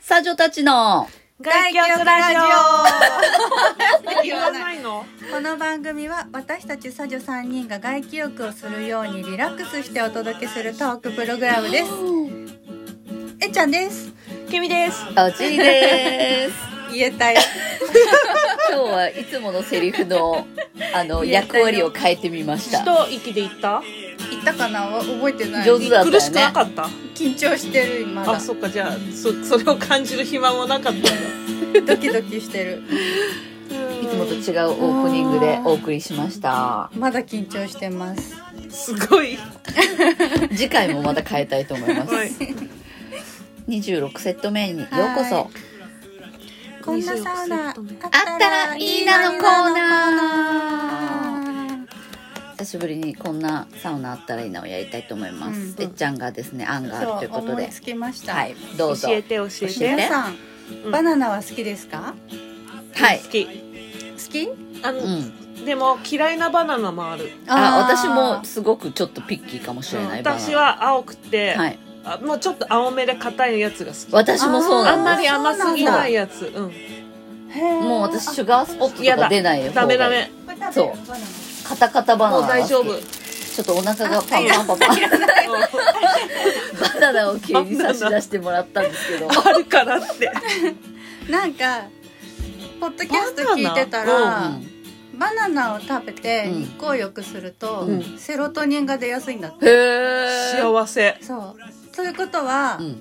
サジョたちの外局ラジオ言わないの この番組は私たちサジョ3人が外気浴をするようにリラックスしてお届けするトークプログラムですえっちゃんです君ですおじいです。言えたよ今日はいつものセリフの、あの、言え役たよ割を変えてみました。一息で行った言ったかなわ覚えてない上手だったよね苦しくなかった緊張してる今あだそっかじゃあそそれを感じる暇もなかったんだドキドキしてるいつもと違うオープニングでお送りしました。まだ緊張してますすごい次回もまた変えたいと思います。はい26セット目にようこはそ。こんなサウナああっったたららいいいいななののココーーナナー久しぶりにこんなサウナあったらいいなをやりたいと思います。うんえっちゃんがですね、案があるとそいううこと思いで。つきました、はい、どうぞ教。えて教え教えてて皆さん、うんバナナは好きですかはい好。き好きあうの、ん。でも嫌いなバナナもあるあー私もすごくちょっとピッキーかもしれないバナナ私は青くて、はいあもうちょっと青めで硬いやつが好き私もそうあんなまんりで甘すぎないやつうんへーすもう私シュガースポットやとかだ出ないよダメダメこれ食べるそうバナナカタカタバナもうナが好大き丈夫ちょっとお腹がパンパンパンパンバナナを急に差し出してもらったんですけ どあるからってなんかポッドキャスト聞いてたらババナナナ,、うんナを食べてうん日光浴すると、うんセロトニンが出やすいんだって、へえ幸せそうということは、うっん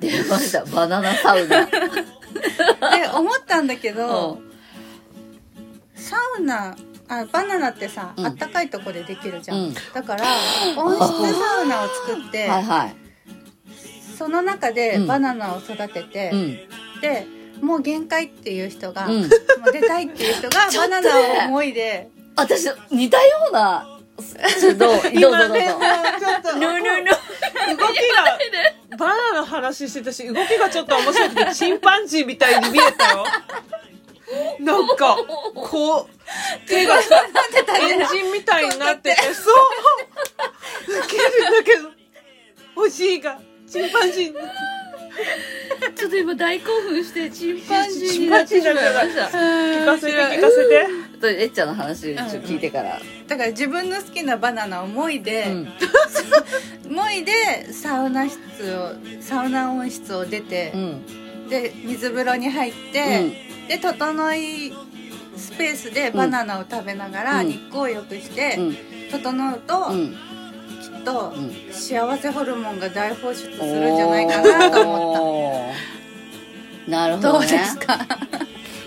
出ましたバナナサウナて思ったんだけうど、サウナあバナナってさ、うんあったかいとこでできるじゃん、うんだから温室サウナを作ってんはいはいその中でうんバナナを育てて、うんでもう限界っていう人が、うんもう出たいっていう人 がちょっバとねナナを思 いで私似たようなちょっとどうどうぞどうぞ今ねもうちょ っとぬぬぬ動きがバナナの話してたし動きがちょっと面白くてチンパンジーみたいに見えた よなんかこう手がさエンジンみたいになってて そう抜けるんだけどおじいがチンパンジーにちょっと今大興奮してチンパンジーチにンなっパンてジーしまいにまなっしたてる聞かせて聞かせてちょっとえっちゃんの話ちょっと聞いてから、だから自分の好きなバナナをもいで、うんもいでサウナ室をサウナ温室を出てう、んで水風呂に入って、で整いスペースでバナナを食べながらうん日光浴しうてん整うと、うんうんきっとうん幸せホルモンが大放出するんじゃないかなと思っ思ったなるほたどどうねですか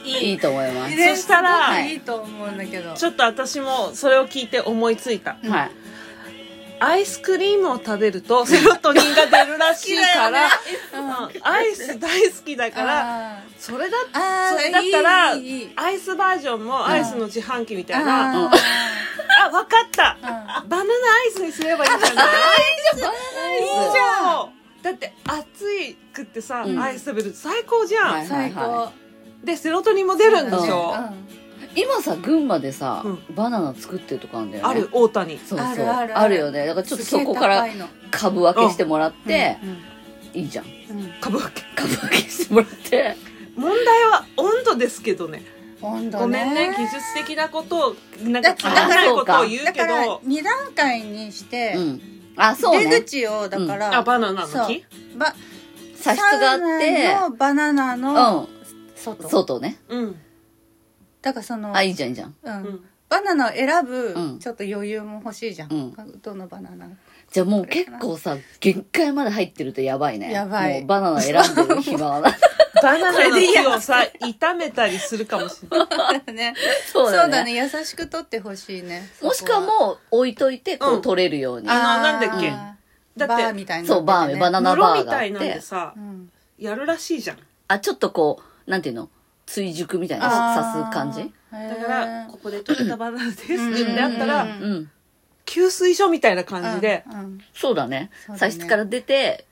いいと思いますそしたらすごくいいと思うんだけどちょっと私もそれを聞いて思いついたはいアイスクリームを食べるとセロトニンが出るらしい から、うんアイス大好きだからあそれだーあーそれだったらいいいいいいアイスバージョンもアイスの自販機みたいな、ああわかった、ーバナナアイスにすればいいんじゃないいいいじゃんだって暑いくってさ、うんアイス食べると最高じゃん、はい最高でセロトニンも出るんでしょ、今さ群馬でさ、うバナナ作ってるとかあるんだよねある大谷そうそうああるるあるよねだからちちょっとそこから株分けしてもらって、いいじゃん株分け株分けしてもらって問題は温度ですけどね温度ごめんね技術的なことをなんか聞かないことを言うだけからど2段階にしてうんあそう出ね口をだからあバナナの木そうば差しがあってサウナのバナナのうん外外ねうんだからそのあいいじゃんいいじゃんうんうんバナナを選ぶうんちょっと余裕も欲しいじゃうんどのバナ ナじゃあもう結構さ限界まで入ってるとやばいねやばいもうバナナ選んでる暇 はないバナナの木をさ炒めたりするかもしれないねそそうだね優しく取ってほしいねもしくはうもう置いといてこううん取れるように、あのなんだっけだバってーみたいなそうバーねバナナバ室ーみがあたっいなんてでさうんやるらしいじゃんあちょっとこうなんていうの追熟みたいなあ刺すー感じだだからここで取れたバナナですって言ってあったうんらうん給水所みたいな感じでそうだねそうだ茶ね室から出て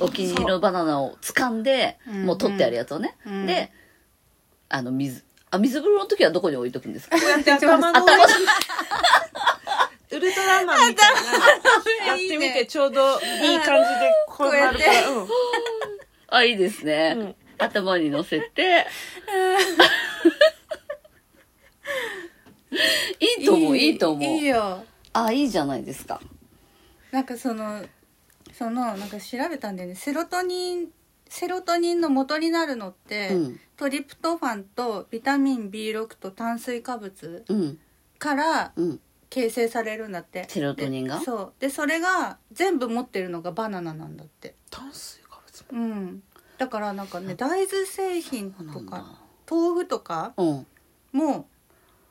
お気に入りのバナナを掴んでうんもう取ってあるやつをね、うんであの水あ水風呂の時はどこに置いとくんですかこうやって頭の頭のウルトラマンみたいなやってみてちょうどいい感じでこうなるからうんあ、いいですね。うん頭に乗せて。 いいと思う、いいと思う。いいよ。あ、いいじゃないですか。なんかそのそのなんか調べたんだよねセロトニンセロトニンの元になるのって、うん。トリプトファンとビタミン B6 と炭水化物うん。からうん。形成されるんだってセロトニンがでそうでそれが全部持ってるのがバナナなんだって炭水化物うんだからなんかね大豆製品そうなとんだか豆腐とかうん。も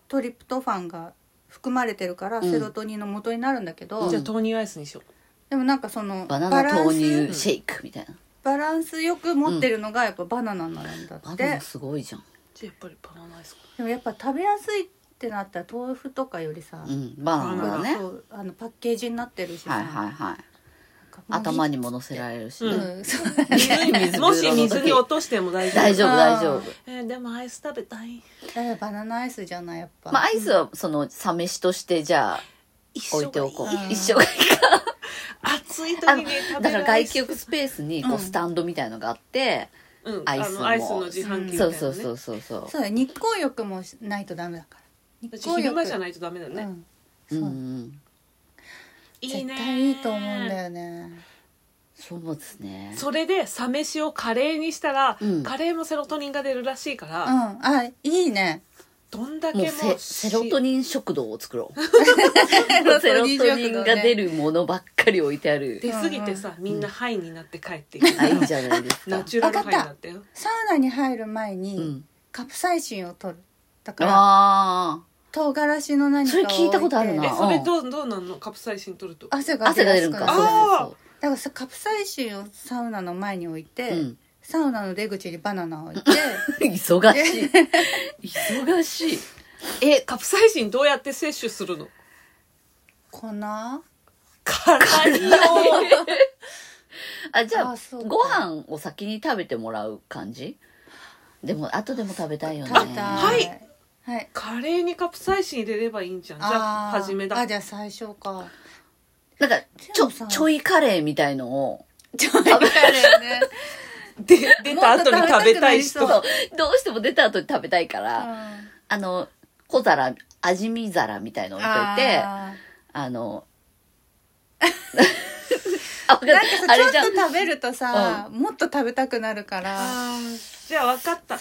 トリプトファンが含まれてるからうんセロトニンの元になるんだけど、うんじゃあ豆乳アイスにしよでもなんかそのバナバナラン豆ス乳シェイクみたいな。バランスよく持ってるのがやっぱバナナなんだバって、ナでナすごいじゃん。うじゃあやっぱりバナナアイスもやっぱ食べやすいってなったら豆腐とかよりさ、うん。バナナバだナね。そうあのパッケージになってるしさ、はいはいはい。なんかもう頭にも乗せられるしね。ううんそう水に水もし水に落としても大丈夫大丈夫うん大丈夫。えーでもアイス食べたいだから バナナアイスじゃないやっぱ、まあ、アイスはその、サ飯として、じゃあ、一緒が置いておこうんう。一緒がいいか。暑い時あのに食べだかるらア外イス気浴スペースに、こうんう、スタンドみたいのがあって、うんアイスあものアイスの自販機みたいそなねうそうそうそうそう。そうだよ日光浴もしないとダメだからだっ日て光昼間浴じゃないとダメだよね、うんうそんう。うんいい絶ね対いいと思うんだよねそうですね。それでサ飯をカレーにしたら、うんカレーもセロトニンが出るらしいかうら、んあいいねどんだけももうセセロトンニン食堂を作ろ う。セセロトニンが出るるものばっかり置いてある。 出すぎてさ、みんなハイになって帰ってきあ、た、いいじゃないです ナか。チュラルハイになったよサウナに入る前うにん。カプサイシンを取るだからあ唐辛子のあ。何かそをれ置いて聞いたことあるえな。それうんどうどうなんのカプサイシン取ると汗が汗がや出するくんなか。だそうかあそーうらさカプサイシンをサウナの前に置いて、そう。サウナの出口にバナナを置い てうん。忙しい。忙しい。えカプサイシンどうやって摂取するの粉あ辛いよあ、じゃああそう、かご飯を先に食べてもらう感じでも、後でも食べたいよね。食べたいははいはいカレーにカプサイシン入れればいいんじゃんじゃあー初めだあじゃあ最初かなんか、ちょ、でもさちょいカレーみたいのを、ちょっと食べたいよねで出た後に食べたい人もっとそうどうしても出た後に食べたいから、あの、小皿、味見皿みたいの置いといて、ああの、あ、わかんーななんいかさあれじゃん。ちょっと食べるとさ、もっと食べたくなるからあーじゃあ分かった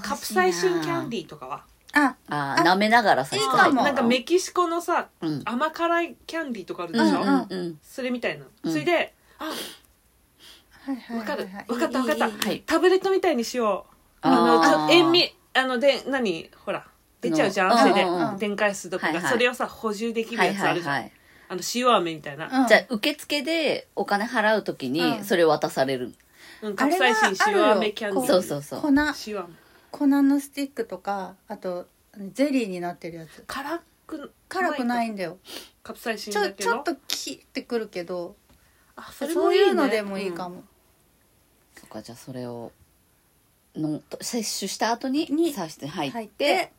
カプサイシンキャンディー。ィーとかはああー、あ舐めながらさ、いい人か入もってなんかメキシコのさうん。甘辛いキャンディーとかあるでしうょ、んうんうん。それみたいな、うんそれであはいはい分かはいるはい分かった分かったいいいいはいタブレットみたいにしようあーあのちょっと塩味あので何ほら出ちゃうじゃんうん汗でうんうん電解質とかはいがはいそれをさ補充できるはいやつはあいるじゃん、はい。あの塩飴みたいな、うんじゃあ、受付でお金払うときうに、んそれを渡される。うん、カプサイシンあれは塩あるよ飴キャンディーそうそうそう。粉塩飴粉のスティックとかあとゼリーになってるやつ辛く辛くないいんだよカプサイシンちょだけちょどっとキーってくるけどあそそうれもいいいねうのでもいいかも、そっか、じゃあそれを、の、と摂取した後にに、サー室に入入っって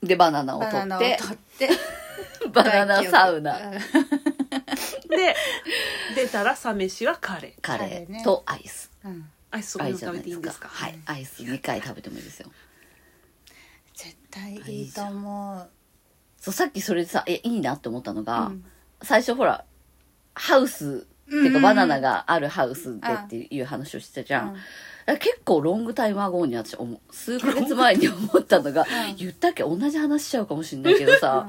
て、で、バナナをバ取ナナっを取て、って バナナサウナ、うんうんで出たらサ飯はカレーカカレレーねーとアイス。うんアイスそこアにイもスじゃ食なべいてでいいすんでかす。かはい。アイス2回食べてもいいですよ。絶対いいと思そう、さっきそれでさ、え、いいなって思ったのうがう、ん最初ほら、ハウス、ってうんいううかんバナナがあるハウスでっていう話をしてたじゃん。だから結構ロングタイムアゴーに私思う、数ヶ月前に思ったのが、言ったっけ同じ話しちゃうかもしれないけどさ、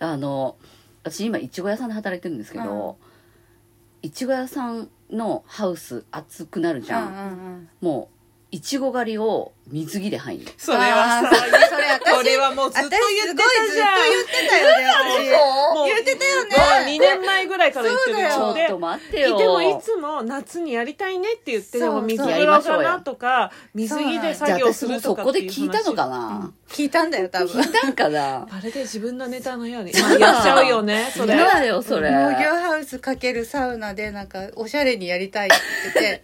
あの、私今いちご屋さんで働いてるんですけど、いちご屋さんのハウス熱くなるじうんうゃんん。うんもう、いちご狩りを水着で入んの。それはあーそれさそれ私これはもうずっと言ってたじゃん私すごいずっと言ってたよ ねもう言ってたよねもう2年前ぐらいから言ってるちょよっでと待ってでよ。もいつも夏にやりたいねって言ってそでうも水そう風呂かなとか水着でじゃあ作業私すもるそとかこってでいう話聞いたのかな、聞いたんだよ多分聞いたんかなあれで自分のネタのようにまあやっちゃうよねそ嫌れだよ、 それ。農業ハウスかけるサウナでなんかおしゃれにやりたいって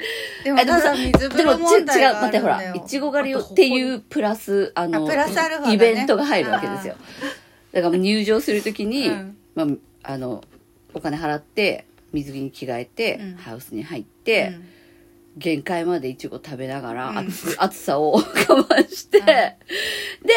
言っててでもえでもただ水風呂問題でもち違うが待あってるんほだらよいちご狩りをっていうプラスあのあプラスアルファだねイベントが入るわけですよだからもう入場するときに、うんまあ、あのお金払って水着に着替えて、うんハウスに入っうて、ん限界までいちご食べながうんら暑,、暑さを 我慢して、うんで暑い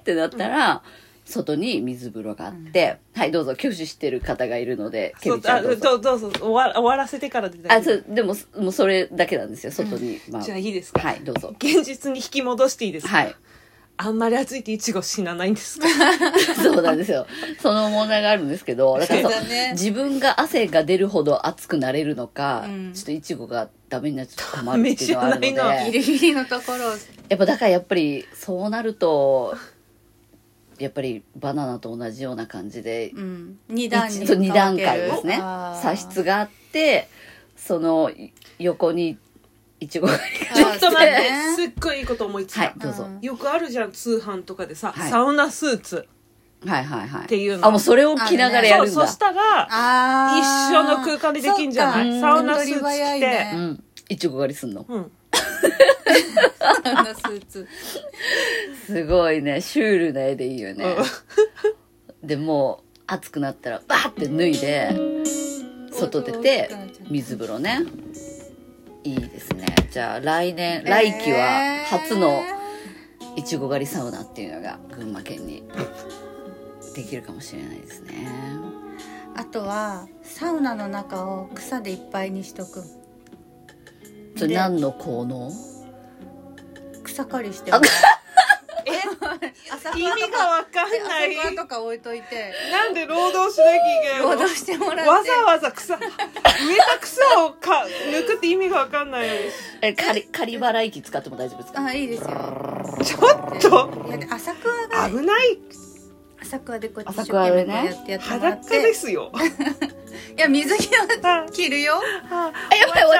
ってなったら、外に水風呂があって、はいどうぞ拒否してる方がいるのでケそうビちゃあんどうぞどうどうぞ終わ終わらせてからであ大丈そ夫うでももうそれだけなんですよ外に、まじゃああいいですか、はいどうぞ現実に引き戻していいですか、はい あんまり暑いっていちご死なないんですかそうなんですよその問題があるんですけどだからそうそうだね自分が汗が出るほど熱くなれるのか、うんちょっとイチゴがダメになっちゃって困るっていうのはあるのでダメじゃないギリギリのところをやっぱだからやっぱりそうなるとやっぱりバナナと同じような感じでうん二段に一そう二段階分でけるすねあー差質があってそのい横にいちごがあちょっと待っそうねてすっごいいいこと思いついた、はいどうぞ、うんよくあるじゃん通販とかでさ、はいサウナスーツはいはいはいっていうのあもうそれを着ながらやそうるんだ、そしたらあー一緒の空間でできんじゃないそっかサウナスーツ着て手っ取り早いねうんいちご狩りすんのうんサウナスーツすごいねシュールな絵でいいよね、でもう暑くなったらバーって脱いで外出て水風呂ねいいですねじゃあ来年 来期は初のいちご狩りサウナっていうのが群馬県にできるかもしれないですねえーあとはサウナの中を草でいっぱいにしとくそれで何の効能草刈りしてあえ 朝意味がわかんない朝とか置いと いてなんで労働しなきゃいけないの労働してもらってわざわざ草植えた草をか抜くって意味がわかんないよえ仮仮払い機使っても大丈夫ですかあいいですよちょっといやで朝桑が危ない朝桑でこうやって朝桑でね一生懸命やってやってもらっ裸てですよいや水着を着るよあやばい終わっ